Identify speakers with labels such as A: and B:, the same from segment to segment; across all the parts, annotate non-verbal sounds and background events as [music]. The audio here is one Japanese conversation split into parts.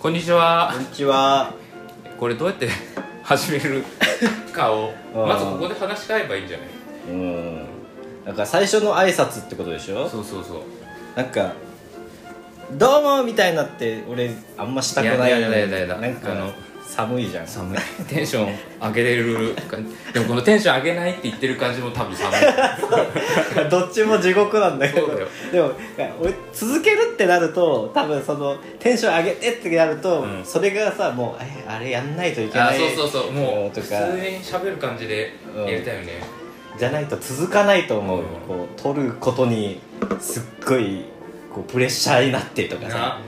A: こんにちは
B: こんにちは。
A: これどうやって [laughs] 始めるかを
B: うん
A: まずここで話し合えばいいんじゃない
B: うん。なんか最初の挨拶ってことでしょ
A: そうそうそう
B: なんか、どうもみたいなって俺あんましたくないよ
A: いやいやいやいやいや
B: なんか
A: あの
B: 寒いじゃん。
A: 寒いテンション上げれる感じでもこのテンション上げないって言ってる感じも多分寒い
B: [laughs] どっちも地獄なんだけど
A: そうだよ
B: でも俺続けるってなると多分そのテンション上げてってなると、
A: うん
B: それがさもうえあれやんないといけ
A: あ
B: ない
A: そうそうそうもう
B: と
A: 普
B: か
A: 通に喋る感じでやりたいよね、
B: じゃないと続かないと思う,、
A: うん
B: こう取ることにすっごいこうプレッシャーになってとかさ
A: な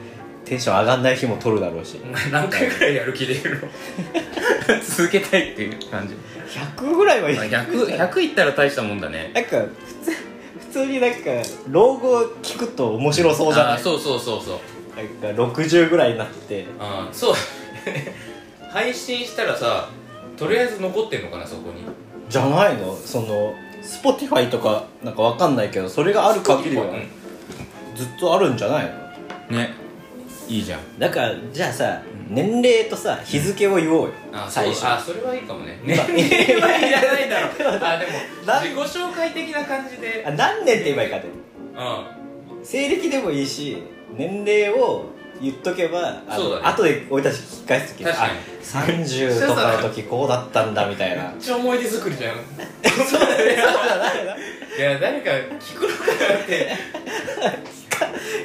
B: テンション上がんない日も取るだろうし
A: お前何回ぐらいやる気でいるの続けたいっていう感じ
B: 100ぐらいはいい
A: まあ
B: なんか
A: 100, 100いったら大したもんだね
B: 普通普通になんか老後聞くと面白そうじゃな
A: あ
B: い
A: ーそうそうそうそう
B: なんか60ぐらいになって
A: あーそう [laughs] 配信したらさとりあえず残ってんのかなそこに
B: じゃないのその Spotify とかなんかわかんないけどそれがある限りはずっとあるんじゃないの
A: うんねいいじゃん
B: だからじゃあさ年齢とさ日付を言おうよ
A: あ
B: 最初
A: そうあそれはいいかもね [laughs] 年齢はいらないだろあでも
B: な
A: 自己紹介的な感じで
B: あ何年って言えばいいかって
A: う
B: 西暦でもいいし年齢を言っとけばあ
A: そうだ
B: の、
A: ね
B: 後で俺たち聞き返す時
A: 確かに
B: あ30とかの時こうだったんだ
A: [laughs]
B: みたいな
A: んちょ思い出作りじゃん
B: そうだねそうだね
A: [laughs] いや誰か聞くのかなって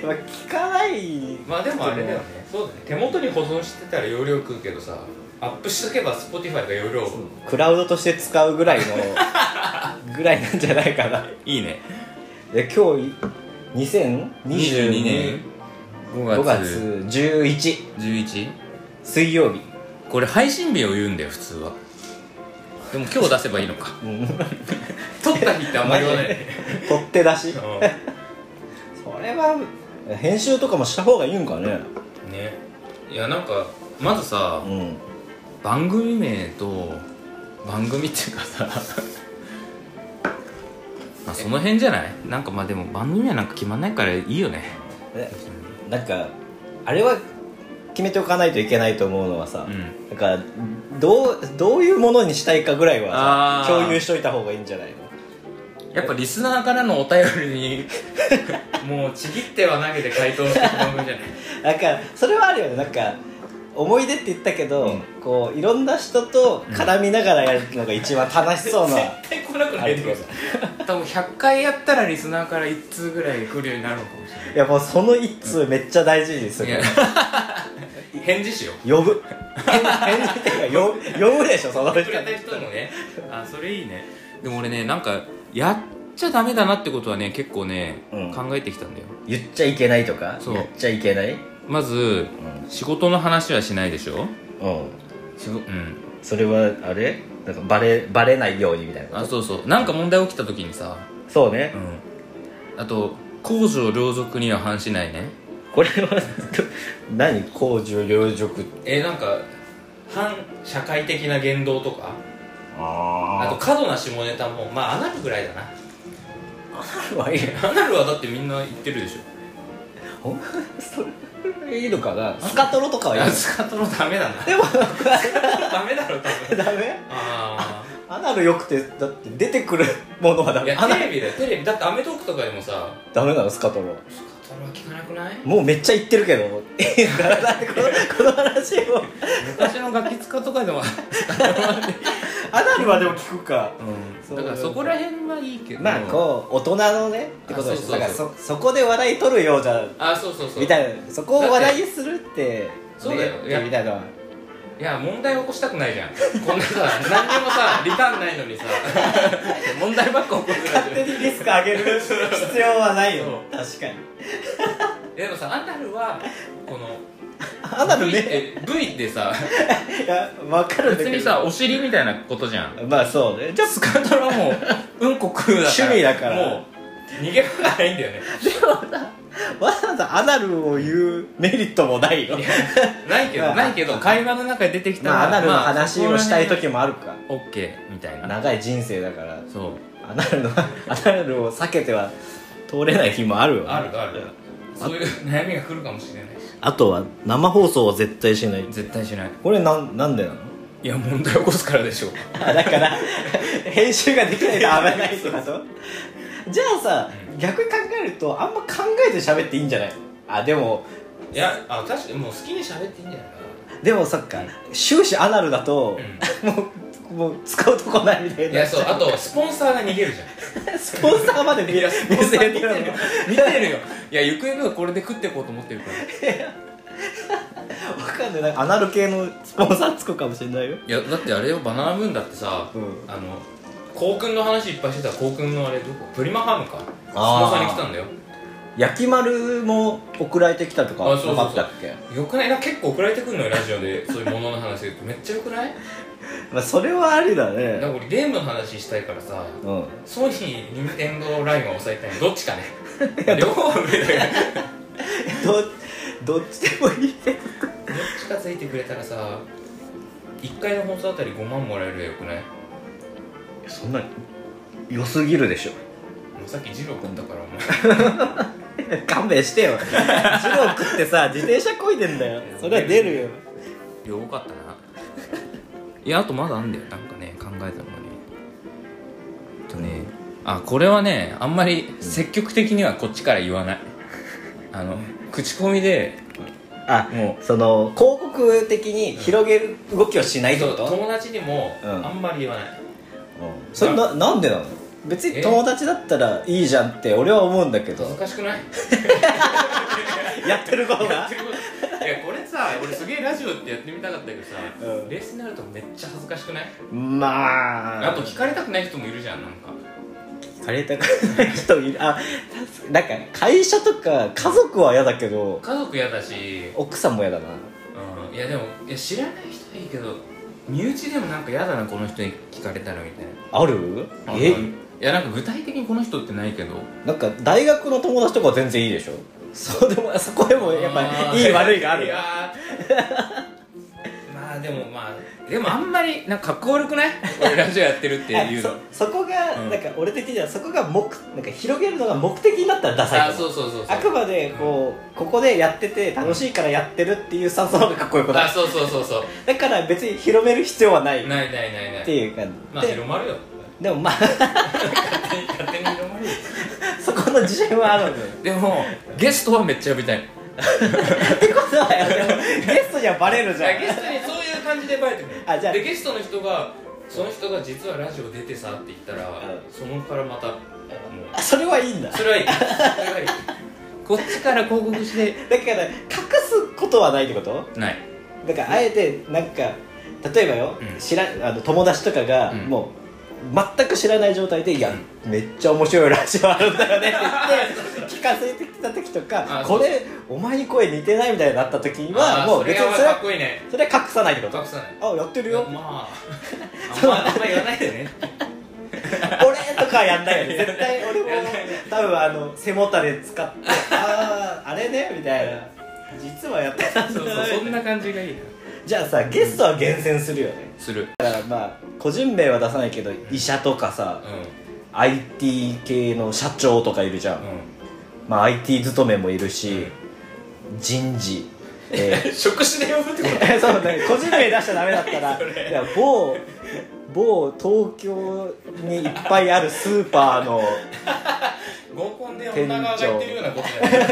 B: まあ聞かない
A: まあでもあれだよねそうだね手元に保存してたら容量食うけどさアップしとけば Spotify が容量
B: クラウドとして使うぐ
A: [laughs]
B: らいのぐらいなんじゃないかない
A: いね
B: で今日2022
A: 22
B: 年
A: 年
B: 5
A: 5
B: 月
A: 月
B: 11
A: 11
B: 水曜日
A: これ配信日を言うんだよ普通はでも今日出せばいいのか撮った日ってあんまり言わないね
B: 取って出し
A: う
B: それは編集とかもした方がいいんかね
A: んねいやなんかまずさ
B: うん
A: 番組名と番組っていうか [laughs] さまあその辺じゃないなんかまあでも番組名なんか決まんないからいいよね
B: えなんかあれは決めておかないといけないと思うのはさ、
A: うん
B: だからどうどういうものにしたいかぐらいは
A: あ
B: さ
A: ー
B: 共有しといた方がいいんじゃないの
A: やっぱリスナーからのお便りにもうちぎっては投げて回答していく番組じゃない
B: なんかそれはあるよねなんか思い出って言ったけど、
A: うん
B: こういろんな人と絡みながらやるのが一番楽し [laughs] そうな、
A: 絶対来なくないでください多分100回やったらリスナーから1通ぐらい来るようになるのかもし
B: いやもうその一通めっちゃ大事にす
A: れな
B: る
A: [laughs] い、返事しよう
B: 呼ぶ返事っていうか呼ぶ呼ぶでしょその人
A: くれた人もねあそれいいねでも俺ねなんかやっちゃダメだなってことはね結構ね、
B: うん
A: 考えてきたんだよ
B: 言っちゃいけないとか
A: そう
B: 言っちゃいけない
A: まず
B: うん、
A: 仕事の話はしないでしょ
B: うん、
A: 仕事うん
B: それはあれなんかバレバレないようにみたいな
A: あそうそうなんか問題起きた時にさ
B: そうね
A: う、んあと公序良俗には反しないね
B: これは何公序良俗
A: えなんか反社会的な言動とかあと
B: あ
A: 過度な下ネタもまあアナルぐらいだな
B: あはいい
A: アナルはだってみんな言ってるでしょ
B: ほんそれいいのかなスカトロとかはいいの
A: スカトロダメだな
B: でも
A: ダメだろ多分
B: [laughs] ダメ
A: あ
B: アナル良くてだって出てくるものはダ
A: あい
B: メ
A: や
B: アナ
A: テレビだよテレビだって『アメトーーク』とかでもさ
B: ダメなのスカトロ
A: スカトロは聞かなくない
B: もうめっちゃ言ってるけ [laughs] どだってこのこの話を
A: 昔のガキ使とかでも、
B: アナルはでも聞くか
A: うん、だからそこら辺はいいけど
B: まあこう大人のねってことでしょ
A: あそうそうそう
B: だからそそこで笑い取るようじゃ
A: あそうそうそう
B: みたいなそこを話題にするって
A: そうだよ
B: ね
A: いや
B: みたいない
A: や問題起こしたく [laughs] ないじゃんこんなさ何にもさリターンないのにさ [laughs] 問題ばっか起こすから
B: 勝手にリスク上げる必要はないよ確かに
A: でもさアナルはこの
B: アナル
A: V っ
B: ね
A: て V ってさ
B: いや分かるんだ
A: 別
B: け
A: に
B: ど
A: さお尻みたいなことじゃん
B: まあそうね
A: じゃあスカトラはもううんこ食うだから
B: 趣味だから
A: もう逃げ場がないんだよね
B: わざわざアナルを言うメリットもないよ
A: ないけど
B: まあ
A: ないけど会話の中で出てきたら
B: まあアナルの
A: まあ
B: 話をしたい時もあるか
A: オッケーみたいな
B: 長い人生だから
A: そう
B: アナルのアナルを避けては通れない日もあるよね
A: あるあるそういう悩みが来るかもしれないし
B: あとは生放送は絶対しない
A: 絶対しない
B: これなんなんでなの
A: いや問題起こすからでしょう
B: だから編集ができないと危ないってことじゃあさ逆に考えるとあんま考えて喋っていいんじゃないあでも
A: いやあ確かにもう好きに喋っていいんじゃないかな
B: でもそっか終始アナルだと、もうもう使うとこないみたいない
A: やそうあとスポンサーが逃げるじゃん
B: スポンサーまで見える見せてるの
A: 見てるよいやゆくゆくはこれで食っていこうと思ってるからい
B: わかんないなんかアナル系のスポンサーつくかもしれないよ
A: やだってあれよバナナムーンだってさ、
B: うん
A: あの校訓の話いっぱいしてた校訓のあれどこプリマハムかスポン
B: あー
A: サーに来たんだよ
B: 焼き丸も送られてきたとか
A: あそうそうそう
B: なかったっけ
A: よくないな結構送られてくるのよラジオでそういうものの話でめっちゃよくない
B: まあそれはありだ
A: なん
B: ね
A: か俺ゲームの話したいからさ
B: うん
A: ソニー、ニンテンドーラインは抑えたいのどっちかね両方上だよ
B: どどっちでもいいけ
A: ど
B: ど
A: っちかついてくれたらさ1回の放送あたり5万もらえるよよくないも
B: そんな良すぎるでしょ
A: うさっきジロー君だからお前
B: [laughs] 勘弁して [laughs] よジロー食ってさ自転車こいでんだよそれは出る
A: よ
B: よ
A: かったないやあとまだあんだよなんかね考えたのがねあとねあこれはねあんまり積極的にはこっちから言わないあの口コミで
B: あ
A: も
B: その広告的に広げる動きをしないってこと、
A: 友達にも
B: うん
A: あんまり言わない、
B: うんそれななんでなの別に
A: え
B: 友達だったらいいじゃんって俺は思うんだけど
A: 恥ずかしく
B: [laughs]
A: ない
B: やってる方が
A: いやこれさ俺すげえラジオってやってみたかったけどさ、
B: うん
A: 冷静になるとめっちゃ恥ずかしくない
B: まあ
A: あと聞かれたくない人もいるじゃんなんか
B: 枯れたくない人いるあなんか会社とか家族は嫌だけど
A: 家族嫌だし
B: 奥さんも嫌だな
A: うんいやでもいや知らない人はいいけど身内でもなんか嫌だなこの人に聞かれたらみたい
B: ある
A: な
B: え
A: うんいやなんか具体的にこの人ってないけど
B: なんか大学の友達とかは全然いいでしょ [laughs] そうでもそこでもやっぱりいい悪いがある
A: いやー [laughs] まあでもまあでもあんまりなんかかっこ悪くない俺ラジオやってるって
B: [laughs] あ
A: いうの
B: そそこが、
A: うん
B: なんか俺的にはそこが目なんか広げるのが目的になったらダサい
A: あ
B: と思う
A: そうそうそうそう
B: あくまでこう、ここでやってて楽しいからやってるっていうスタンスの方がかっこよくな
A: あ
B: い
A: そうそうそうそ
B: だから別に広める必要はないうっ
A: ないないないない
B: ていう感
A: まあ
B: じで
A: 広まるよ
B: でもまあ [laughs]
A: 勝手に勝手に広まるよ
B: そこの自信はあるん [laughs] だよ
A: でもゲストはめっちゃ呼びたい
B: ってことはよでもゲストじゃバレるじゃん
A: いやゲストにそういう感じでバレてくる
B: あじゃあ
A: でゲストの人がその人が実はラジオ出てさって言ったら、
B: ん
A: そのからまたもう
B: あそれはいいんだだか
A: それはいいそれはいいこっちから広告して
B: ら隠すことはないってこと
A: ない
B: だからあえてなんか例えばよ、
A: うん
B: 知らあの友達とかが、
A: うん
B: もう全く知らない状態で「いやめっちゃ面白いラジオあるんだよね」って言って
A: [laughs]
B: 聞かせてきた時とか
A: あ
B: 「これお前に声似てない」みたいになった時に
A: あ
B: は
A: ー
B: もう
A: それ
B: 別に
A: は
B: それ
A: かっ
B: は
A: こいいね
B: それは隠さないってこと
A: 隠さない
B: あやってるよ
A: まああん
B: [laughs] そう
A: まあんま言わないでね
B: 俺とかはやんないよ
A: [laughs]
B: ね絶対俺も
A: やんないね
B: 多分あの背もたれ使
A: [laughs]
B: ってあああれねみたいな実はやってたんだ
A: そう
B: よ
A: そうそんな感じがいいな
B: じゃあさゲストは厳選するよね
A: する
B: だからまあ個人名は出さないけど医者とかさ
A: うん
B: IT 系の社長とかいるじゃん、まあ IT 勤めもいるし、人事えー
A: うん職種で呼ぶってこ
B: [laughs] そうね、個人名出しちゃダメだった [laughs] らいや某某東京にいっぱいあるスーパーの
A: と合コンで女側が言ってるようなことじゃない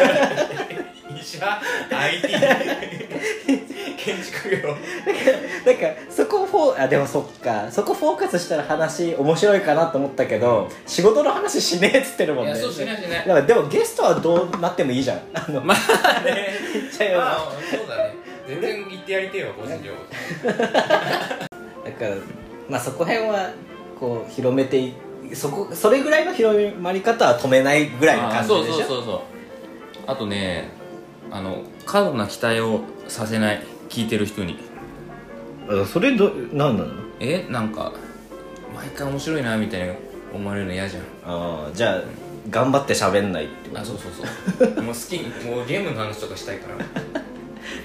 A: 医者 IT 建築業
B: [laughs] なんかそこをフォーあでもそっかそこフォーカスしたら話面白いかなと思ったけど仕事の話しねえっつってるもん
A: い
B: ね
A: やそうしないしない
B: だからでもゲストはどうなってもいいじゃんあの
A: まあね
B: 言っちゃえば
A: まあそうだね全然言ってやりてえわ個人情報
B: だからまあそこら辺はこう広めていそこそれぐらいの広まり方は止めないぐらいの感じでしょ
A: そうそうそうそうあとねあの過度な期待をさせない聞いてる人に
B: あそれど何なの
A: えなんか毎回面白いなみたいな思われるの嫌じゃん
B: ああじゃあ頑張って喋んないってこと
A: あそうそう
B: [laughs]
A: そうもう好きにもうゲームの話とかしたいからい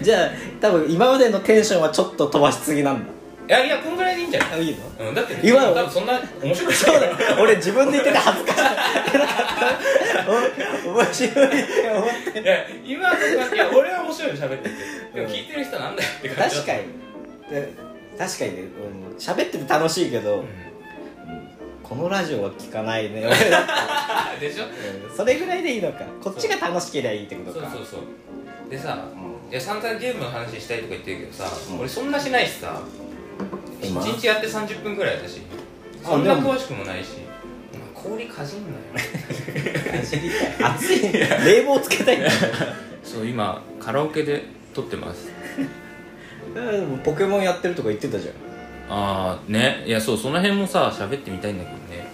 B: じゃあ多分今までのテンションはちょっと飛ばしすぎなんだ
A: やいやこんぐらいでいいんじゃない
B: あい [laughs] いの
A: うん、だって
B: 今
A: 多分そんな面白くない
B: 俺自分で言ってて恥ずかしいお面白いって思って
A: いや今はそこはいや俺は面白いよ喋っててでも聞いてる人なんだよって感じだ
B: 確かにで確かにね俺も喋ってて楽しいけど、このラジオは聞かないね
A: にでしょ
B: それぐらいでいいのかこっちが楽しければいいってこ
A: そ
B: と
A: うそ
B: か
A: うそうでさいや散々ゲームの話したいとか言ってるけどさ、
B: うん
A: 俺そんなしないしさ一
B: 今
A: 日やって30分ぐらいだし
B: あ
A: そんな
B: でも
A: 詳しくもないしお前氷かじんなよ
B: 知りたい暑い冷房つけたいんだ
A: そう今カラオケで撮ってます
B: うんポケモンやってるとか言ってたじゃん
A: ああねいやそうその辺もさ喋ってみたいんだけどね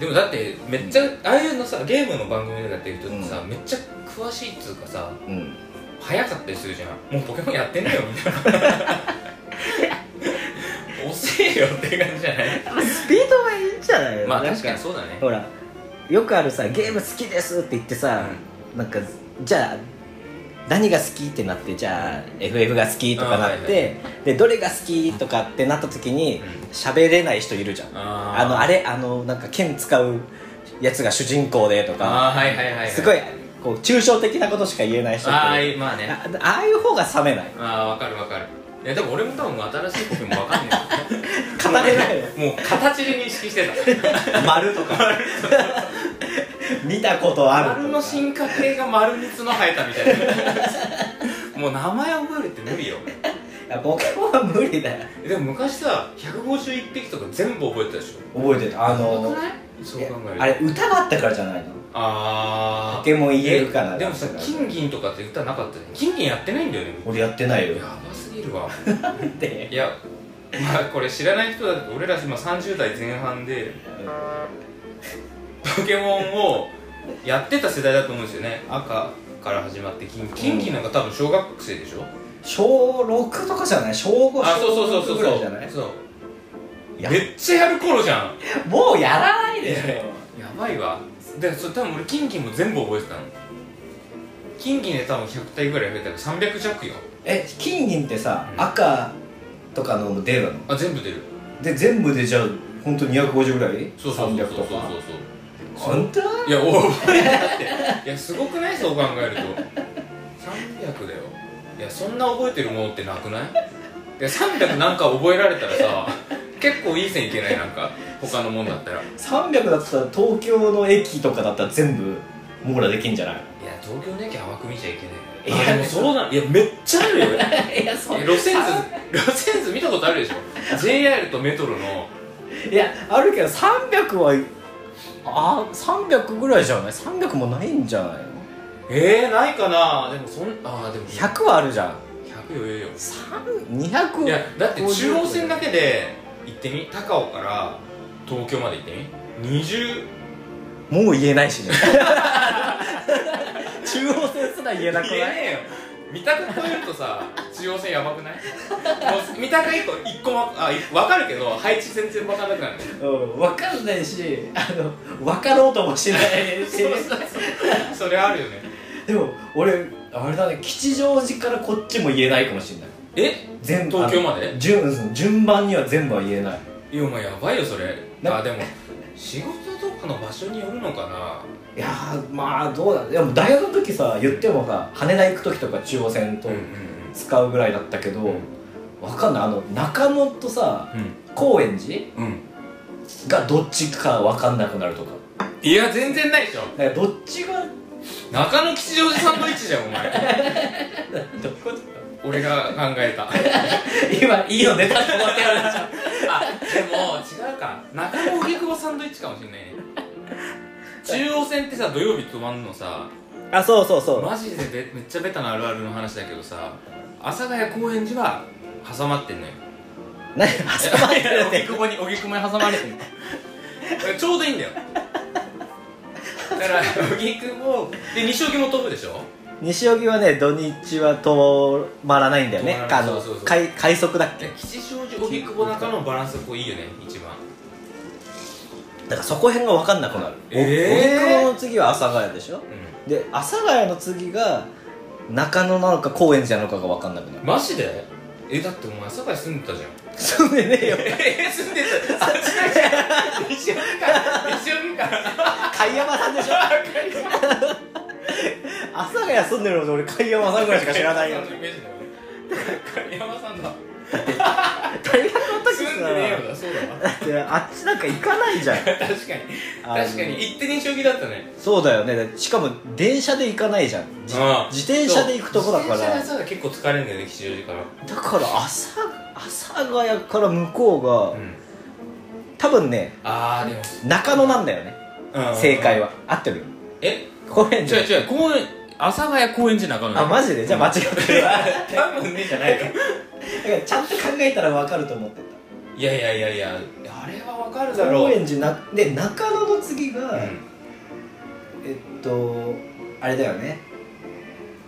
A: でもだってめっちゃ、ああいうのさゲームの番組でやってる人ってさ、
B: う
A: めっちゃ詳しいっつうかさ
B: うん
A: 早かったりするじゃんもうポケモンやってないよみたい
B: [laughs]
A: な遅えよって感じじゃない
B: [laughs] スピードはいいんじゃない
A: まあ
B: なん
A: 確かにそうだね
B: ほらよくあるさゲーム好きですって言ってさ、なんかじゃあ何が好きってなってじゃあ FF が好きとかなっ
A: あーはい
B: てでどれが好きとかってなった時に喋れない人いるじゃん
A: あー
B: あのあれあのなんか剣使うやつが主人公でと
A: あ
B: か
A: あはいはいはい、はい、
B: すごいこう抽象的なことしか言えない人って
A: ああいまあね
B: あああいう方が冷めない
A: ああわかるわかるいやでも俺も多分新しいポケモンわかん
B: [laughs]
A: ない
B: 語れない
A: [laughs]
B: よ
A: もう形で認識してた
B: 丸とか [laughs] 見たことあるとか
A: 丸の進化系が丸に角生えたみたいなもう名前覚えるって無理よ
B: いやポケモンは無理だよ
A: [laughs] でも昔さ151匹とか全部覚えてたでしょ
B: 覚えてたあ
A: やば
B: の
A: くないそう考えると
B: あれ歌があったからじゃないの
A: あ
B: ポ
A: ー
B: ケモン言えるから
A: えでもさ金銀とかって歌なかったね金銀やってないんだよね
B: 俺やってない
A: や
B: よ
A: ばすぎるわ
B: って
A: いやまあこれ知らない人だと俺ら今30代前半でポケモンをやってた世代だと思うんですよね赤から始まって金金銀なんか多分小学生でしょ
B: 小6とかじゃない小5小
A: あそうそうそうそ
B: 6
A: う
B: ぐらいじゃない
A: そう
B: いや
A: めっちゃやる頃じゃん
B: もうやらないでしょ
A: やばいわでそれ多分俺金銀も全部覚えてたの金銀で多分100体ぐらい増えたから300弱よ
B: え金銀ってさ
A: うん
B: 赤とかのも出るの
A: あ全部出る
B: で全部でじゃあ本当250ぐらい
A: そうそうそうそう
B: 300
A: そ
B: と
A: うそう
B: か
A: そう
B: 本当
A: いや、お覚えたって。いや、すごくないそう考えると。300だよ。いや、そんな覚えてるものってなくないいや、300なんか覚えられたらさ、結構いい線いけないなんか、他のもんだったら。いや、
B: 300だったら東京の駅とかだったら全部網羅できんじゃない
A: 東京の駅甘く見ちゃいけ
B: い
A: ない。
B: や
A: いや、でもそうなの。いや、めっちゃあるよ。え
B: [laughs] いやそ
A: 路線図、路線図見たことあるでしょ ?JR とメトロの、
B: いやあるけど300はあ300ぐらいじゃない300もないんじゃないの
A: えー、ないかなでもそん、あー、でも100
B: 100はあるじゃん
A: 余裕よ。
B: 3200
A: いやだって中央線だけで行ってみ高尾から東京まで行ってみ20
B: もう言えないしね [laughs] 中央線すら言えなく
A: 言え
B: ない
A: ねえよ三鷹越えるとさ中央線やばくないもう三鷹以降一個もあい分かるけど配置全然分かんなくなるね
B: うん分かんないしあの分かろうとも [laughs] しない
A: そうそうそうそれあるよね
B: でも俺あれだね吉祥寺からこっちも言えないかもしれない
A: え
B: 全部
A: 東京まで
B: あの順順番には全部は言えない
A: いやお前やばいよそれ
B: な
A: あでも仕事とかの場所によるのかない
B: やーまあどうだでも大学の時さ言ってもさ羽田行く時とか中央線と
A: うんうん
B: 使うぐらいだったけど、
A: うん
B: わかんないあの中野とさ
A: うん
B: 高円寺
A: うん
B: がどっちかわかんなくなるとか
A: いや全然ないでしょ
B: だからどっちが
A: 中野吉祥寺サンドイッチじゃんお前
B: どこだ
A: 俺が考えた
B: [laughs] 今いいの
A: [laughs]
B: 出たと思ってやるじゃん
A: あでも違うか中野荻窪サンドイッチかもしれないね中央線ってさ土曜日止まんのさ
B: あそうそうそ
A: マジでべめっちゃベタなあるあるの話だけどさ阿佐ヶ谷高円寺は挟まってんのよ
B: [laughs] 何挟まってるっ
A: 荻
B: て
A: 窪に荻窪に挟まれてんの [laughs] ちょうどいいんだよだから荻窪で西荻も飛ぶでしょ
B: 西荻はね土日は止まらないんだよね
A: 止まら
B: あ
A: ない
B: の
A: そうそうそう
B: 快快速だっけ
A: で吉祥寺荻窪中野のバランスがこういいよね一番
B: だからそこ辺が分かんなくなる
A: えー
B: 荻窪の次は阿佐ヶ谷でしょ
A: う
B: で阿佐ヶ谷の次が中野なのか高円寺なのかが分かんなくなる
A: んマジでえだってお前阿佐ヶ谷住んでたじゃん
B: そうでねえ
A: [laughs]
B: よ
A: えー、住んでたあ、違う違う西荻から西荻から
B: 貝山さんでしょ
A: あ、わかりました
B: 休んでるので俺貝山さんぐらいしか知らな
A: [laughs]
B: いよ
A: 影山さんのイメージだよね影山さんだ
B: 大学の時
A: 住んでねえよだそうだわ
B: だってあっちなんか行かないじゃん
A: 確かに
B: あの
A: 確かに行って印象的だったね
B: そうだよねしかも電車で行かないじゃんじ
A: ああ
B: 自転車で行くとこだか
A: そ
B: ら
A: う自転車でそうだ結構疲れるんだよね吉祥寺から
B: だから朝朝ヶ谷から向こうが、
A: うん
B: 多分ね
A: ああでも
B: 中野なんだよね
A: うん
B: 正解は合ってるよ
A: え
B: 公園
A: 違う
B: で
A: 違う公園阿佐ヶ谷公園じゃ中野だ
B: あ
A: よ
B: マジでじゃあ間違って [laughs] るだか
A: 多分ねじゃないよ
B: らちゃんと考えたら分かると思って
A: いやいやいやいやあれはわかる
B: た
A: だろう
B: 高円寺なで中野の次が、
A: うん
B: えっとあれだよね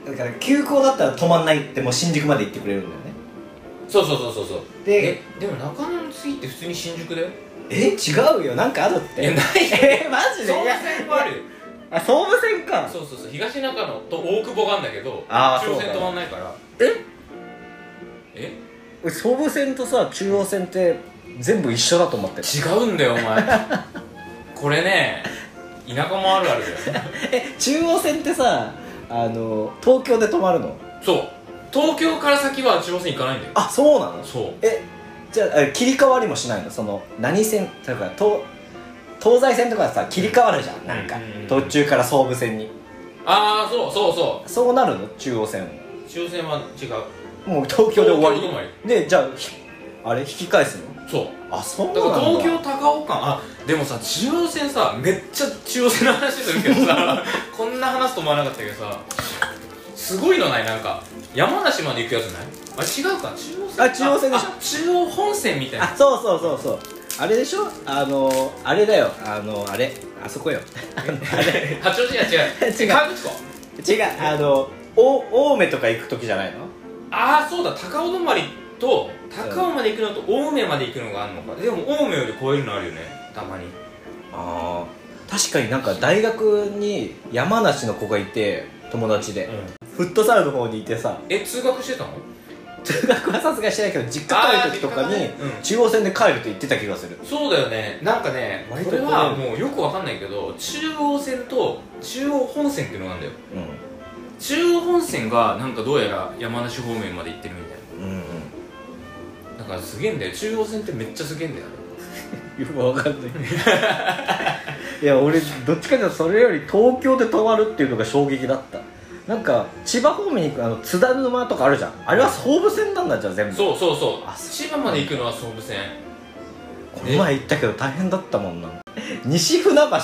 B: だから急行だったら止まんないってもう新宿まで行ってくれるんだよね
A: そうそうそうそうそう
B: で
A: えでも中野の次って普通に新宿だよ
B: え違うよなんかあるって
A: いやないよ
B: [laughs] えマジで
A: 総
B: い
A: 武
B: や
A: 線もあるよ
B: あ総武線か
A: そうそうそう東中野と大久保があるんだけど
B: あー
A: 中央線
B: そうだね
A: 止まんないから
B: え
A: え
B: 俺総武線とさ中央線って全部一緒だと思ってる
A: 違うんだよお前 [laughs] これね田舎もあるあるだよ
B: え中央線ってさあの東京で止まるの
A: そう東京から先は中央線行かないんだよ
B: あそうなの
A: そう
B: えじゃああ切り替わりもしないのその何線とか東東西線とかさ切り替わるじゃんなんか、
A: うんうんうん
B: 途中から総武線に
A: ああそうそうそ
B: そうなるの中央線
A: う中央線は違う
B: もう東京で終わ
A: 東京止まり
B: りでじゃあひあれ引き返すの
A: そう
B: あそうなん
A: だ
B: だ
A: から東京高尾間あでもさ中央線さめっちゃ中央線の話するけど
B: [laughs]
A: さこんな話すと思わなかったけどさすごいのないなんか山梨まで行くやつないあ違うか中央線
B: あ中央線でしょ
A: あ中央本線みたいな
B: あそうそうそうそうあれでしょあのあれだよあのあれあそこよあの [laughs] あれ
A: [laughs] 八王子いや違う
B: 違う
A: 河口湖
B: 違うあのお青梅とか行く時じゃないの
A: ああそうだ高尾止まりと高尾まで行くのと青梅まで行くのがあるのかでも青梅より超えるのあるよねたまに
B: ああ確かになんか大学に山梨の子がいて友達で、フットサルの方にいてさ
A: え通学してたの
B: 通学はさすがにしてないけど実家帰る時とか
A: あー実
B: に
A: 家がねうん
B: 中央線で帰ると言ってた気がする
A: そうだよねなんかね
B: 割
A: ことれはもうよくわかんないけど中央線と中央本線っていうのがあるんだよ
B: う
A: 中央本線がなんかどうやら山梨方面まで行ってるみたい
B: んうん
A: なだからすげえんだよ中央線ってめっちゃすげえんだよあ
B: よくわかんない [laughs] いや俺どっちかというとそれより東京で止まるっていうのが衝撃だったなんか千葉方面に行くあの津田沼とかあるじゃんあれは総武線なんだじゃん全
A: れ
B: 部
A: そうそうそう
B: あそう
A: 千葉まで行くのは総武線
B: この前行ったけど大変だったもんな西船橋
A: あ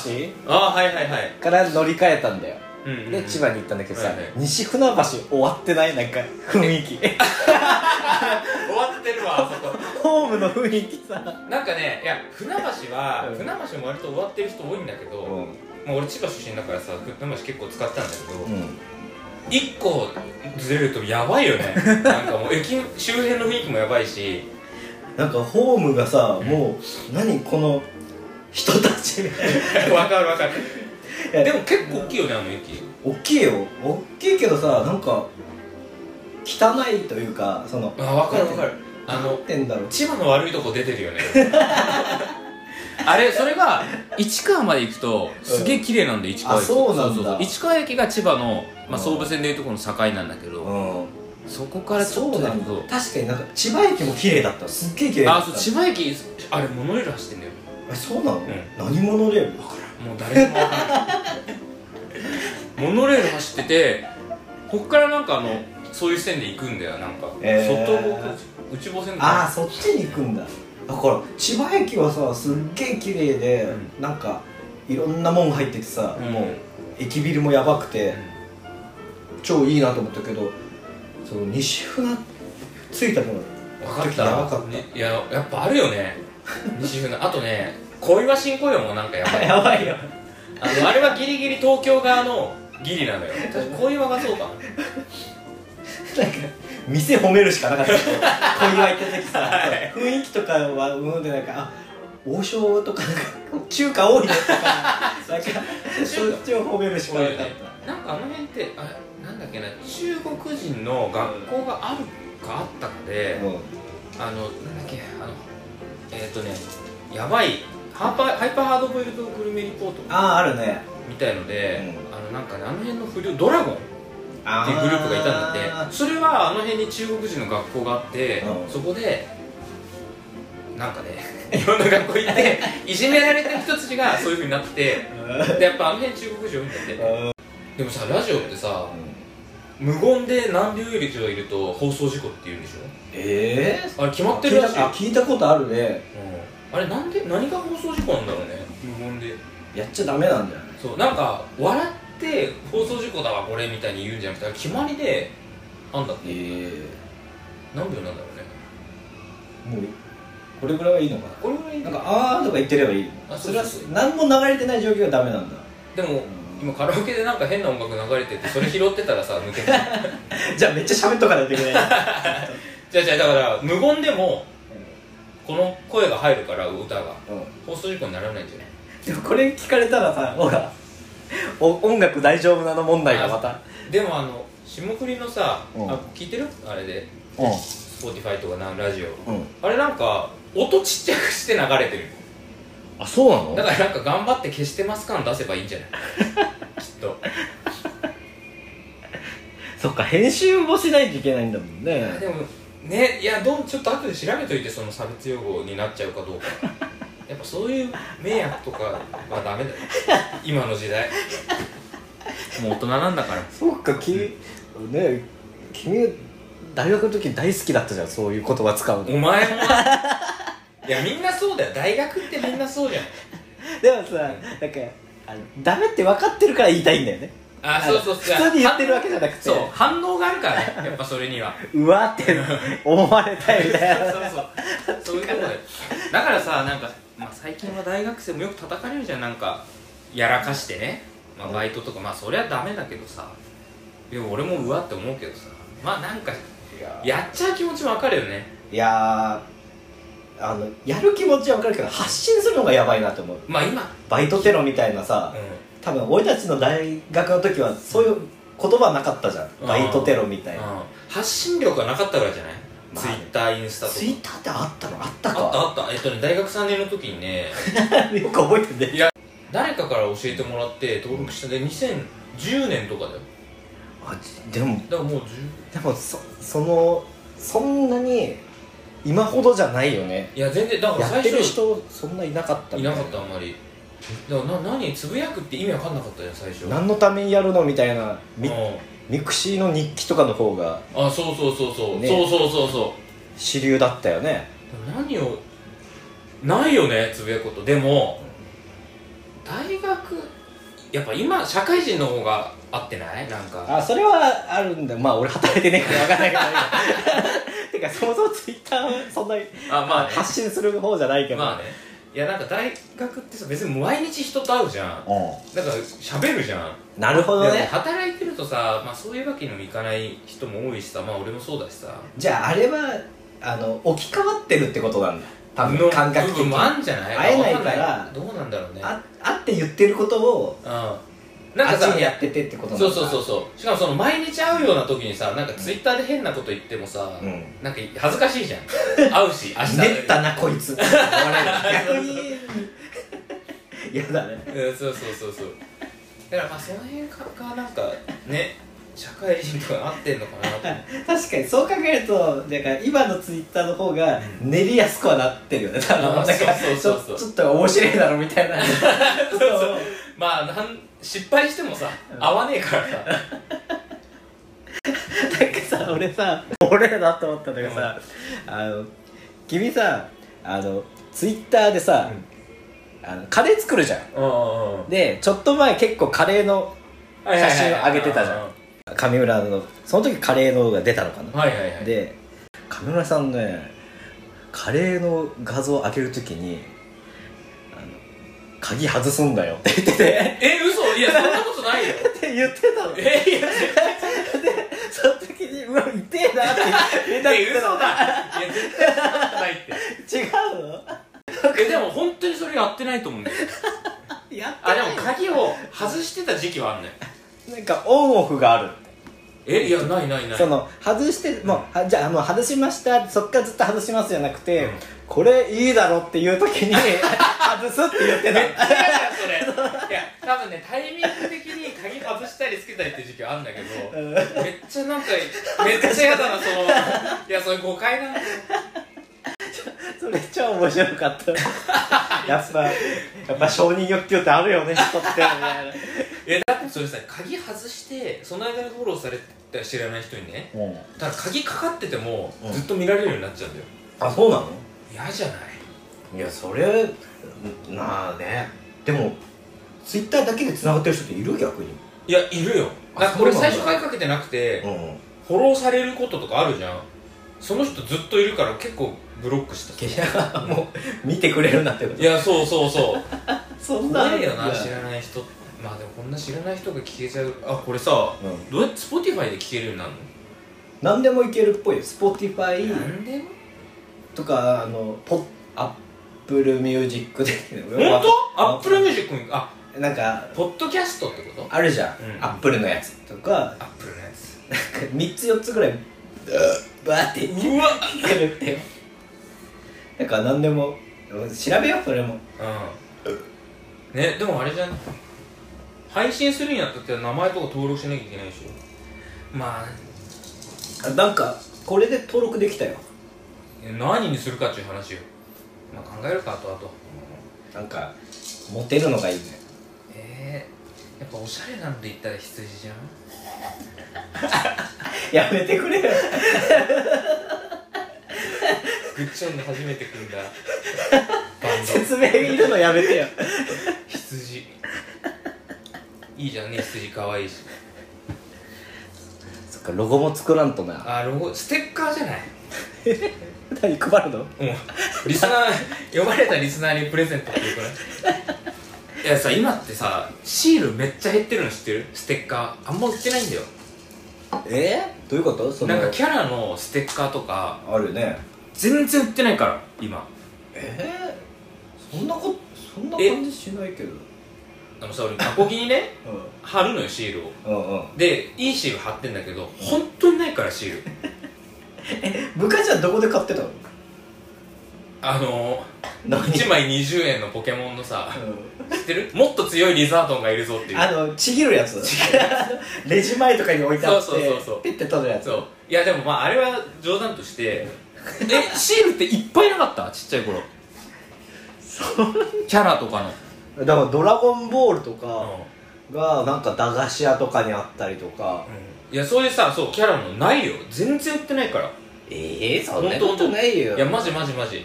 A: あはいはいはい、
B: から乗り換えたんだよ
A: うんうんうん
B: で千葉に行ったんだけどさ、
A: はいはい
B: 西船橋終わってないなんか雰囲気
A: 終わってるわあそこ
B: ホームの雰囲気さ、
A: [laughs] なんかねいや船橋は、
B: うん
A: 船橋も割と終わってる人多いんだけど、
B: う
A: もう俺千葉出身だからさ船橋結構使ってたんだけど、
B: ん、
A: 一個ずれるとやばいよ
B: [laughs]
A: ねなんかもう駅周辺の雰囲気もやばいし [laughs]
B: なんかホームがさもう何この人たち [laughs]
A: わかるわかる
B: いや
A: でも結構大きいよねあの駅
B: 大きいよ大きいけどさなんか汚いというかその
A: あわかるわかるあ
B: 何
A: の
B: て言うんだろう
A: 千葉の悪いとこ出てる
B: [laughs]
A: よねあれそれが市川まで行くとすげえ綺麗なんで市川駅
B: あそうなんだ
A: そうそう市川駅が千葉の、
B: う
A: まあ、
B: ん
A: 総武線でいうところの境なんだけど、
B: うん
A: そこからちょ
B: そ
A: っと
B: う
A: だ
B: な
A: け
B: んだ
A: ど
B: 確かになんか千葉駅も綺麗だったすっげえ綺麗だ
A: あ
B: った
A: そう千葉駅あれモノレール走ってんだよ
B: えそうなの、
A: ん
B: 何者で
A: もう誰もわかんないモノレール走っててこっからなんかあのそういう線で行くんだよなんか、
B: えー
A: 外房内房線
B: ああ
A: か
B: そっちに行くんだだから千葉駅はさすっげえ綺麗で、
A: う
B: なんかいろんなもん入っててさ、
A: うん
B: もう駅ビルもやばくて、超いいなと思ったけどその西船着いたの
A: 分かっ
B: 時
A: た
B: やばかった
A: ねいややっぱあるよね西船あとね小岩新小岩もなんかやばい
B: やばいよ
A: あのあれはギリギリ東京側のギリなのよ確か小岩がそうか
B: なんか店褒めるしかなかったけど小岩行った時さ、
A: はい
B: 雰囲気とかはうんでなんかあ王将とかなんか中華多いねとかなんかそっちを褒めるしかなかっ
A: そうよねなんかあの辺ってあれなんだっけな中国人の学校があるかあったかで、
B: た、うん
A: あのなんだっけあのえっ、とねやばいハーパーハイパーハードボイルドグルメリポート
B: あああるね
A: みたいので、
B: う
A: あのなんかねあの辺の不良ドラゴンっていうグループがいたんだ
B: あ
A: っ
B: ー
A: てそれはあの辺に中国人の学校があって、
B: うん
A: そこでなんかね [laughs] いろんな学校行っていじめられた人たちがそういうふうになってでやっぱあの辺中国人多いんだってでもさラジオってさ無言で何秒率がいると放送事故って言うんでしょ
B: ええ
A: あれ決まって
B: 聞
A: る
B: い
A: らしい
B: たあ聞いたことあるね
A: うんあれなんで何が放送事故なんだろうね無言で
B: やっちゃダメなんだよ
A: そうなんか笑って放送事故だわこれみたいに言うんじゃなくてあれ決まりであんだって
B: え
A: 何秒なんだろうね
B: えもうこれぐらいはいいのか
A: これぐらい
B: ななんか「あー」とか言ってればいい
A: あ
B: の
A: そ
B: そうれ
A: そう
B: は
A: そう
B: 何も流れてない状況はダメなんだ
A: でも今カラオケでなんか変な音楽流れててそれ拾って [laughs] たらさ抜けない
B: [laughs] じゃあめっちゃ喋っとかないといけない
A: じゃあじゃあだから無言でもこの声が入るから歌が
B: うん
A: 放送事故にならないんじゃない
B: でもこれ聞かれたらさほらお音楽大丈夫なの問題がまた
A: でもあの霜降りのさ、
B: うん
A: あ聞いてるあれで
B: う
A: Spotify とかなラジオ
B: んうん
A: あれなんか音ちっちゃくして流れてる
B: あそうなの
A: だからなんか頑張って消してます感出せばいいん
B: [laughs]
A: じゃないきっと
B: そっか編集もしないといけないんだもんね
A: でもねいやどうちょっと後で調べといてその差別用語になっちゃうかどうかやっぱそういう迷惑とかはダ
B: [laughs]
A: メだよ今の時代もう大人なんだから
B: そっか君ね君大学の時大好きだったじゃんそういう言葉使うの
A: お前もないやみんなそうだよ大学ってみんなそうじゃん
B: でもさなんかあのダメって分かってるから言いたいんだよね
A: あそうそうそう
B: あの普通に言ってるわけじゃなくて
A: そう反応があるからねやっぱそれには
B: うわーって思われたいみたいな
A: そうそうそういうことだよだからさなんか、まあ、最近は大学生もよく叩かれるじゃんなんかやらかしてね、まあ、バイトとかまあそりゃダメだけどさでも俺もうわって思うけどさまあなんかやっちゃう気持ちもわかるよね
B: いやーあのやる気持ちは分かるけど発信するのがやばいなと思う
A: まあ今、うん、
B: バイトテロみたいなさ多分俺たちの大学の時はそういう言葉なかったじゃん
A: うん
B: バイトテロみたいな
A: うん発信力がなかったからじゃない、
B: まあ
A: ツイッターインスタとか
B: ツイッターってあったのあった
A: あった
B: か
A: あったえっとね大学3年の時に
B: [laughs]
A: ね
B: よく覚えてんね
A: いや誰かから教えてもらって登録したで2010年とかだよ
B: あでも
A: だからもう10
B: でもそそのそんなに今ほどじゃないよね
A: いや全然だから
B: やっ
A: 最
B: て
A: 初
B: る人そんないなかった
A: い
B: みた
A: ないかったあんまりだからな何つぶやくって意味わかんなかったじゃん最初
B: 何のためにやるのみたいなミ
A: うん
B: ミクシーの日記とかの方が
A: あそうそうそうそう、
B: ね
A: そうそうそうそ
B: 主流だったよね
A: うでも何をないよねつぶやくことでも大学やっぱ今社会人の方が合ってないなんか
B: あそれはあるんだまあ俺働いてねえから分かんないけど [laughs] てかそもそもツイッターそんなに
A: あまあね
B: 発信する方じゃないから、
A: まあねいやなんか大学ってさ別に毎日人と会うじゃん
B: う
A: なんか喋るじゃん
B: んなるほど
A: でも
B: ね
A: 働いてるとさ、まあ、そういうわけにもいかない人も多いしさまあ俺もそうだしさ
B: じゃああれはあの置き換わってるってことなんだ多分
A: の
B: 感覚的
A: 部分
B: に
A: もあんじゃない
B: 会えないから
A: わんないどうなんだろうね
B: ああって言ってることを
A: うんなん
B: あ
A: か
B: っち
A: さ
B: にやっててってことなんだ
A: そうそうそうそうしかもその毎日会うような時にさなんかツイッターで変なこと言ってもさ、
B: うん
A: なんか恥ずかしいじ
B: [laughs]
A: ゃん会うし明日
B: ねったなこ
A: [laughs]
B: いつ逆に嫌だね
A: うんそうそうそうそうだからまあその辺がなんかね社会人とか合ってんのかなと思っ
B: [laughs]
A: て
B: 確かにそう考えるとなんか今のツイッターの方が練りやすくはなってるよね多分
A: あ
B: なんか
A: そうそうそうそう
B: ちょちょっと面白いだろみたいな
A: そうそうまあなん失敗してもさ合わねえからさ
B: [laughs] [laughs] なんかさ俺さ俺らだと思ったんだけどさ、あの君さあのツイッターでさ、あのカレー作るじゃん
A: うんうん
B: でちょっと前結構カレーの
A: はいはいはい
B: 写真を上げてたじゃん上村のその時カレーのが出たのかな、
A: はいはいはい
B: で上村さんねカレーの画像を開けるときにあの「鍵外すんだよ」って言ってて
A: え嘘いやそんなことない
B: [laughs]
A: よ
B: って言ってたので
A: えいや
B: その時に「うわ痛えな」って
A: [laughs] え
B: 言って
A: 嘘だいや絶対そんなことない
B: [laughs]
A: って
B: 違うの
A: えでも本当にそれやってないと思うんだよ
B: やって
A: あ
B: な
A: で
B: い
A: も鍵を外してた時期はあんのよ
B: なんかオンオフがある
A: えいやないないない
B: その外してもうはじゃあもう外しましたそっからずっと外しますじゃなくて、
A: うん
B: これいいだろっていう時に [laughs] 外外すって言ってた
A: めっちゃ嫌だよそれ
B: [laughs]
A: いや多分ねタイミング的に鍵外したりつけたりっていう時期はあるんだけどめっちゃなんかめっちゃ嫌だなそのいやそれ誤解なんだよ
B: それ超面白かった [laughs] やっぱやっぱ承認欲求ってあるよね人ってみたいな
A: えだってそれさ鍵外してその間にフォローされた知らない人にね
B: うん
A: ただ鍵かかってても
B: うん
A: ずっと見られるようになっちゃうんだよ
B: あそうなの
A: 嫌じゃない
B: いやそれなあねでもツイッターだけでつながってる人っている逆に
A: いやいるよ
B: あ
A: なんか俺
B: そうな
A: 最
B: んだ
A: 初鍵かけてなくて
B: うん
A: フォローされることとかあるじゃんその人ずっといるから結構ブロックした
B: もう見てくれるなってこと
A: いやそうそう [laughs] そう
B: そ
A: 怖いよな知
B: い
A: らない人まあでもこんな知らない人が聞けちゃうあこれさ
B: うん
A: どうやって Spotify で聞けるようになる
B: 何でもいけるっぽいよ Spotify
A: のなんでも
B: とかあのポッアップルミュージックで
A: 本当
B: わ
A: アップルミュージックにあ
B: なんか
A: ポッドキャストってこと
B: あるじゃん、
A: うん
B: アップルのやつとか
A: アップルのやつ
B: 3つ4つぐらいバーって
A: うわ
B: 聞けるってなんか何でも調べようそれも
A: うんねでもあれじゃん配信するにあたって名前とか登録しなきゃいけないでしょまあ
B: あなんかこれで登録できたよ
A: 何にするかっていう話よまあ考えるかあとあと
B: なんかモテるのがいいね
A: えー、やっぱおしゃれなんで言ったら羊じゃん
B: やめてくれよ
A: グッチョンで初めて [laughs] 組んだバンド
B: 説明いるのやめてよ
A: 羊いいじゃんね羊かわいいし
B: そっかロゴも作らんとな
A: あロゴステッカーじゃない
B: 何配るの
A: うんリスナー呼ばれたリスナーにプレゼントっていうからいやさ今ってさシールめっちゃ減ってるの知ってるステッカーあんま売ってないんだよ
B: えー、どういうことその
A: なんかキャラのステッカーとか
B: あるね
A: 全然売ってないから今
B: えー、そんなこそんな
A: え
B: 感じしないけど
A: あのさ俺アコギにね
B: う
A: 貼るのよシールを
B: んうんうん
A: でいいシール貼ってんだけど本当にないからシール
B: 部活はどこで買ってたの
A: あの
B: 何
A: 1枚20円のポケモンのさ
B: う
A: 知ってるもっと強いリザードンがいるぞってい
B: ん
A: う
B: あのちぎるやつレジ前とかに置いてあって
A: そうそうそうそう
B: ピッて取るやつ
A: そういやでもまああれは冗談としてえシールっていっぱいなかったちっちゃい頃キャラとかの
B: だから「ドラゴンボール」とか
A: う
B: がなんか駄菓子屋とかにあったりとか、
A: んいやそういうさそうキャラもないよ全然売ってないから
B: ええー、そ
A: んなこと
B: ないよ
A: いやマジマジマジ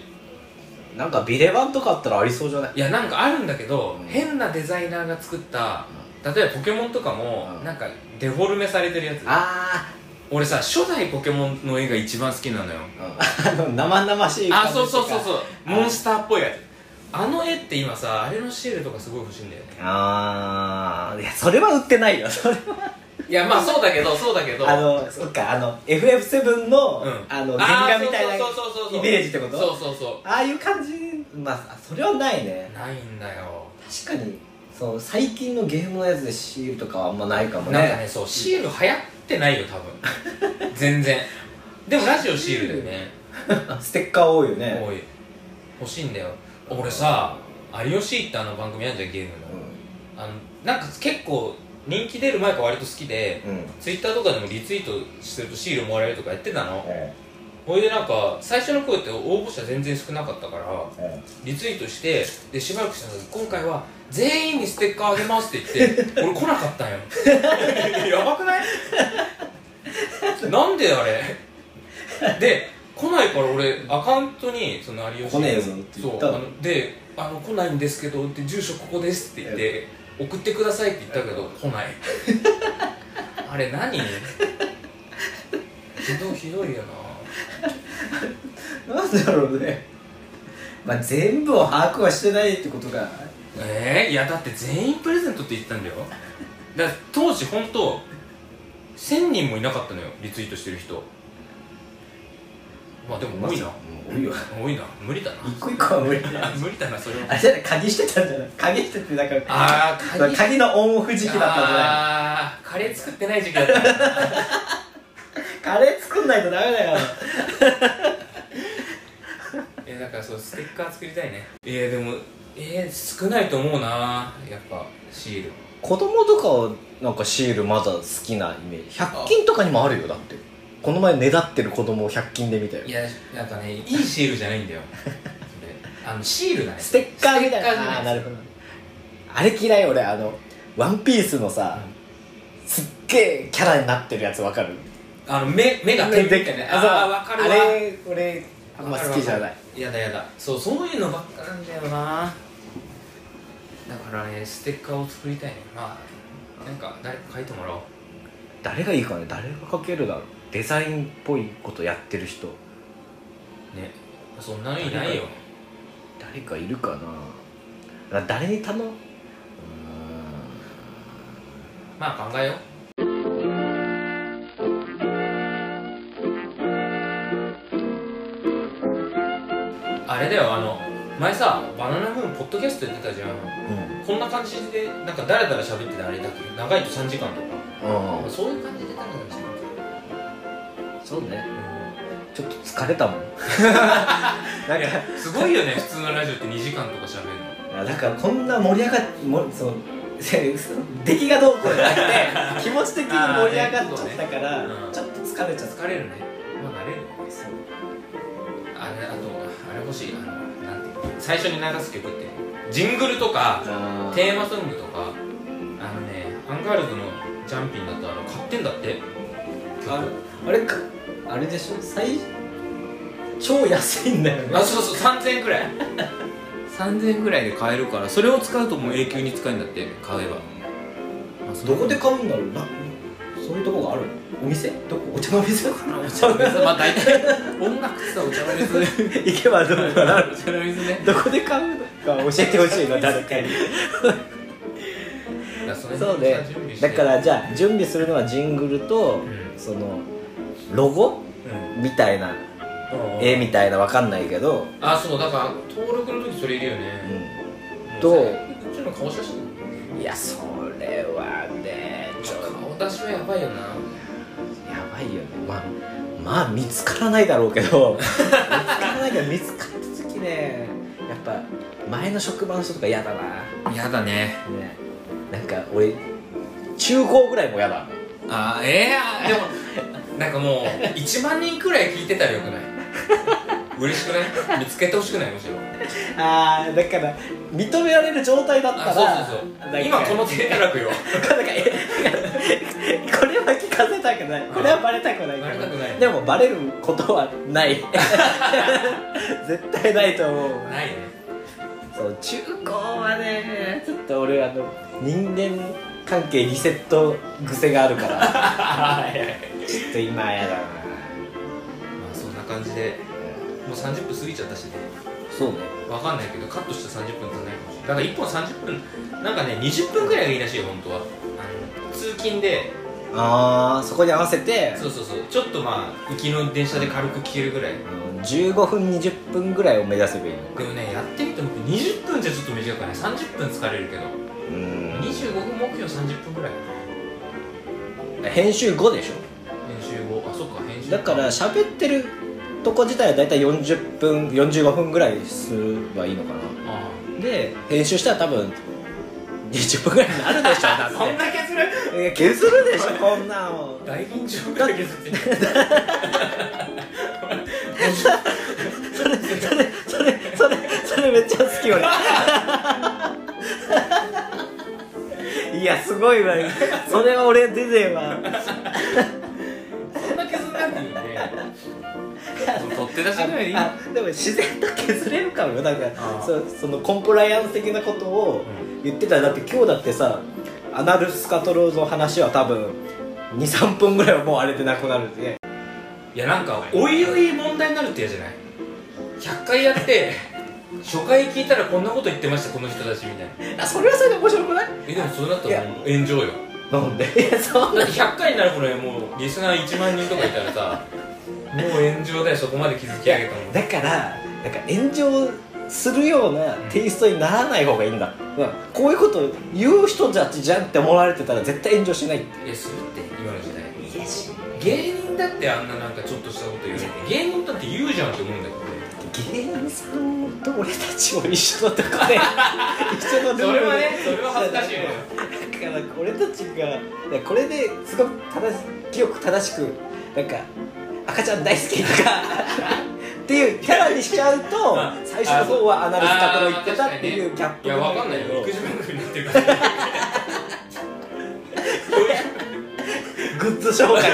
B: なんかビレバンとかあったらありそうじゃない
A: いやなんかあるんだけど、
B: うん
A: 変なデザイナーが作った例えばポケモンとかも、
B: うん
A: なんかデフォルメされてるやつ
B: あ
A: 俺さ初代ポケモンの絵が一番好きなのよ
B: ー、うん、あの生々しい感
A: あ
B: じと
A: そう
B: か
A: そうそうそう
B: うん
A: モンスターっぽいやつあの絵って今さあれのシールとかすごい欲しいんだよね
B: あーいやそれは売ってないよそれはい
A: やまあそうだ
B: [laughs]
A: けどそうだけど
B: あのそっかあの FF7 の、
A: うん
B: あ
A: ー
B: の原画みたいな
A: そうそうそうそうそう
B: イメージってこと
A: そうそうそ
B: ああいう感じまあそれはないね
A: うないんだよ
B: 確かにその最近のゲームのやつでシールとかはあんまないかもね
A: なんかねそうシール流行ってないよ多
B: [laughs]
A: 分全然でもラジオシールだよね
B: [laughs] ステッカー多いよね
A: おい欲しいんだよ俺さ「有吉」ってあの番組あるじゃんゲームのあのなんか結構人気出る前から割と好きで
B: うん、うん
A: ツイッターとかでもリツイートするとシールもらえるとかやってたのほいでなんか最初の頃って応募者全然少なかったからリツイートしてでしばらくしたら今回は全員にステッカーあげますって言って
B: [laughs]
A: 俺来なかったんよやばくないなんであれで来ないから俺アカウントにその有吉
B: 来ねえぞって言った
A: そうあのであの来ないんですけどって住所ここですって言って送ってくださいって言ったけど来
B: [laughs]
A: ないあれ何ひどいひどいよな
B: なんだろうねまあ全部を把握はしてないってことが
A: えー、いやだって全員プレゼントって言ってたんだよだから当時本当1000人もいなかったのよリツイートしてる人まあでも多いな
B: 多いわ
A: 多いな無理だな
B: 一個一個は無理だよ
A: あ無理だなそれは
B: あれじゃない鍵してたんじゃない鍵しててだから
A: あー鍵
B: 鍵のオンオフ時期だったんじゃない
A: あーカレー作ってない時期だったな
B: カレー作んないとダメだよ
A: いやだからそうステッカー作りたいねいやでもいえー、少ないと思うなやっぱシール
B: 子供とかはなんかシールまだ好きなイメージ100均とかにもあるよだってこの前ねだってる子供を100均で見たよ
A: いやなんかねいいシールじゃないんだよそれあのシールだね
B: ステッカーみたい
A: ステッカーじゃ
B: なあ
A: な
B: ーないるほどあれ嫌い俺あのワンピースのさ、すっげえキャラになってるやつわかる
A: あの目目が点みたいなね
B: そう
A: ああ分かるわ
B: あれ俺あんま好きじゃない
A: やだやだそうそういうのばっかなんだよなだからねステッカーを作りたいねまあなんか誰か書いてもらおう
B: 誰がいいかね誰が描けるだろうデザインっぽいことやってる人
A: ねそんなのいないよ
B: 誰かいるかなな誰に頼むうーん
A: まあ考えようあれだよあの前さバナナムーンポッドキャストやってたじゃん
B: うん
A: こんな感じでなんか誰だら喋ってたあれだっけ長いと3時間とか
B: あ
A: そういう感じで誰だら喋って
B: あそうね
A: た
B: ちょっと疲れた [laughs] もんなん
A: い
B: か
A: やすごいよね普通のラジオって2時間とか喋るの
B: あだからこんな盛り上がっもその [laughs] 出来がどうこうじゃなくて気持ち的に盛り上がっちゃったから、
A: あーねそうねうん
B: ちょっと疲れちゃった
A: 疲れるねまあ慣れるねあれあとあれ欲しいあのなんていうの最初に流す曲ってジングルとか
B: あ
A: テーマソングとかあのねアンガールズのジャンピンだとあの買ってんだって
B: ああれかあれでしょ最超安いんだよね
A: あそうそう3000円くらい3000円くらいで買えるからそれを使うともう永久に使えるんだって買えば、まあそ
B: ど
A: の
B: こで買うんだろうなそういうとこがあるお店どこお茶の店か [laughs] なお茶の
A: まあ大体音楽ってさお茶の水
B: 行けばどこかある
A: お茶の水ね
B: [laughs] どこで買うのか教えてほしいな誰か
A: だ
B: に
A: からそ
B: そう
A: れ
B: ね
A: 準備して
B: だからじゃあ準備するのはジングルと
A: ん
B: そのロゴ
A: うん
B: みたいな絵みたいなわかんないけど、
A: あそうだから登録の時それいるよ
B: う
A: ね
B: ん、
A: も
B: どう
A: それこっちの顔写真
B: いやそれはねちょっと
A: 顔出しはやばいよな
B: やばいよねまあまあ見つからないだろうけ [laughs] ど見つからないけど見つかった時ねやっぱ前の職場の人とか嫌だな
A: やだね
B: ねなんか俺中高ぐらいも嫌だ
A: あええでもなんかもう1万人くらい聞いてたらよくない嬉しくない見つけてほしくないむしろ
B: あーだから認められる状態だっ
A: あ
B: た
A: そう
B: ら
A: そう
B: な
A: そ
B: ん
A: う
B: か
A: 今この手たらくよ
B: [laughs] なんかえこれは聞かせたくないこれはバレたくない
A: バレたくない
B: でもバレることはない [laughs] 絶対ないと思う
A: ないね
B: そう中高はねちょっと俺あの人間関係リセット癖があるから [laughs] ちょっと今やだな
A: まあそんな感じでもう30分過ぎちゃったしね
B: そうね
A: わかんないけどカットした30分じゃないかもしれないだから1本30分なんかね20分くらいがいいらしいよ本当はあの通勤で
B: あーそこに合わせて
A: そうそうそうちょっとまあ行きの電車で軽く聞けるぐらいで
B: うん15分20分ぐらいを目指せばいいの
A: もねやってみても20分じゃちょっと短くない30分疲れるけど
B: うん
A: 25分目標30分ぐらい
B: 編集後でしょ
A: 編集後あそっか編集
B: だから喋ってるとこ自体はだいたい40分45分ぐらいすればいいのかな
A: あ
B: で編集したら多分20分ぐらいになるでしょ
A: [laughs]
B: だ
A: あそん
B: っ
A: な削る
B: ていや削るでしょこんなんもう
A: 大緊張から削
B: [laughs]
A: ってる
B: それそれそれめっちゃ好き俺いやすごいわそれは俺出てえわ
A: そんな削んなくていいね
B: [laughs]
A: 取って出しぐらいでいい
B: あでも自然と削れるかもよなんか
A: あー
B: そそのコンプライアンス的なことを言ってたらだって今日だってさアナルスカトローズの話は多分23分ぐらいはもうあれでなくなるんで
A: いやなんかおいおい問題になるって嫌じゃない100回やって初回聞いたらこんなこと言ってましたこの人たちみたいな
B: あそれはそれで面白くない
A: えでもそれだったらもう炎上よ
B: なんで [laughs] いやそう
A: だって100回になるこれもうリスナー1万人とかいたらさもう炎上だよそこまで築き上げたの
B: だからなんか炎上するようなテイストにならない方がいいんだ、うんこういうこと言う人たちじゃんって思われてたら絶対炎上しないって
A: いやするって今の時代
B: いやし
A: 芸人だってあんななんかちょっとしたこと言われて芸人だって言うじゃんって思うんだけど
B: 芸人さんと俺たちも一緒のとこで
A: [laughs]
B: 一緒のル
A: そ
B: ールで
A: れはねそれは恥ずかしいよ
B: だから俺たちがだからこれですごく正し記憶正しくなんか赤ちゃん大好きとかっていうキャラにしちゃう
A: [laughs]
B: と
A: あ
B: 最初の方はアナルスカと言ってたってい
A: あ
B: う
A: ー
B: ギャッ
A: い
B: プ
A: やわかん
B: [laughs]
A: ないよ
B: グ
A: 育児番組になってるから
B: ッズ紹介
A: [laughs] うん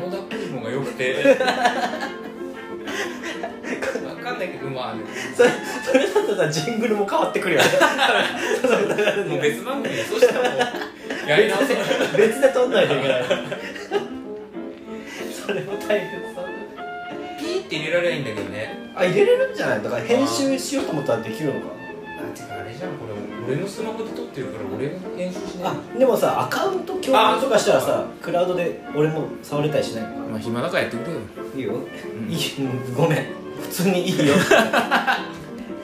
A: この抱っこ紐が良くてわかんないけどまあね
B: それそれだとさジングルも変わってくるよねその流れで
A: もう別番組でそうしたらもうやり直せる
B: 別で撮んないといけないそれも大変そう
A: ピーって入れられないいんだけどね
B: あ入れれるんじゃないだから編集しようと思ったらできるのか
A: あてかあれじゃんこれ俺のスマホで撮ってるから俺が編集しない
B: あでもさアカウント共有とかしたらさクラウドで俺も触れたりしないのか
A: まあ暇だからやってくれよ
B: いいよ、
A: ん
B: [laughs] いいうんごめん普通にいいよ [laughs]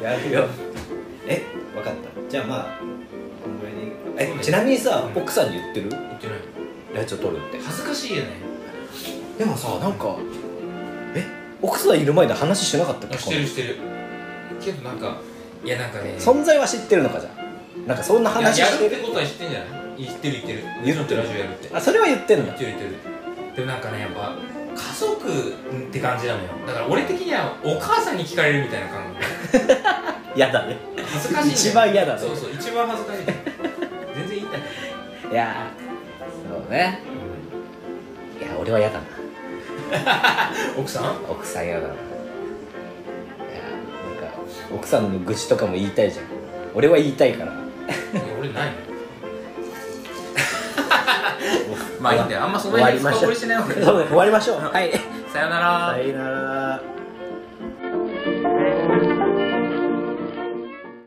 B: やるよえ分かったじゃあまあこんぐらいでいい
A: そう
B: え
A: ね
B: ちなみにさ
A: うん
B: 奥さんに言ってる
A: 言ってない
B: ラジオ撮るって
A: 恥ずかしいよね
B: でもさなんかえ奥さんいる前で話しなかったっけ
A: してるしてるけどなんかいやなんかね
B: 存在は知ってるのかじゃんなんかそんない
A: や
B: 話
A: や
B: し
A: るって
B: てる
A: ことは知ってんじゃない言ってる言ってる
B: 言っ
A: ち
B: てる
A: ょっとラジオやるって
B: あそれは言ってん
A: 言
B: だ
A: ってる言ってるでもなんかねやっぱ家族って感じなのよだから俺的にはお母さんに聞かれるみたいな感覚
B: やだね
A: 恥ずかしいんだよ
B: 一番嫌だね
A: そうそう一番恥ずかしい全然いいんだよ
B: いやーそうねいや俺は嫌だな
A: 奥さん
B: 奥さん嫌だないやーなんか奥さんの愚痴とかも言いたいじゃん俺は言いたいから
A: 俺ないの
B: [laughs] 終わりましょうそうね終わりましょうはい
A: さよなら
B: さよなら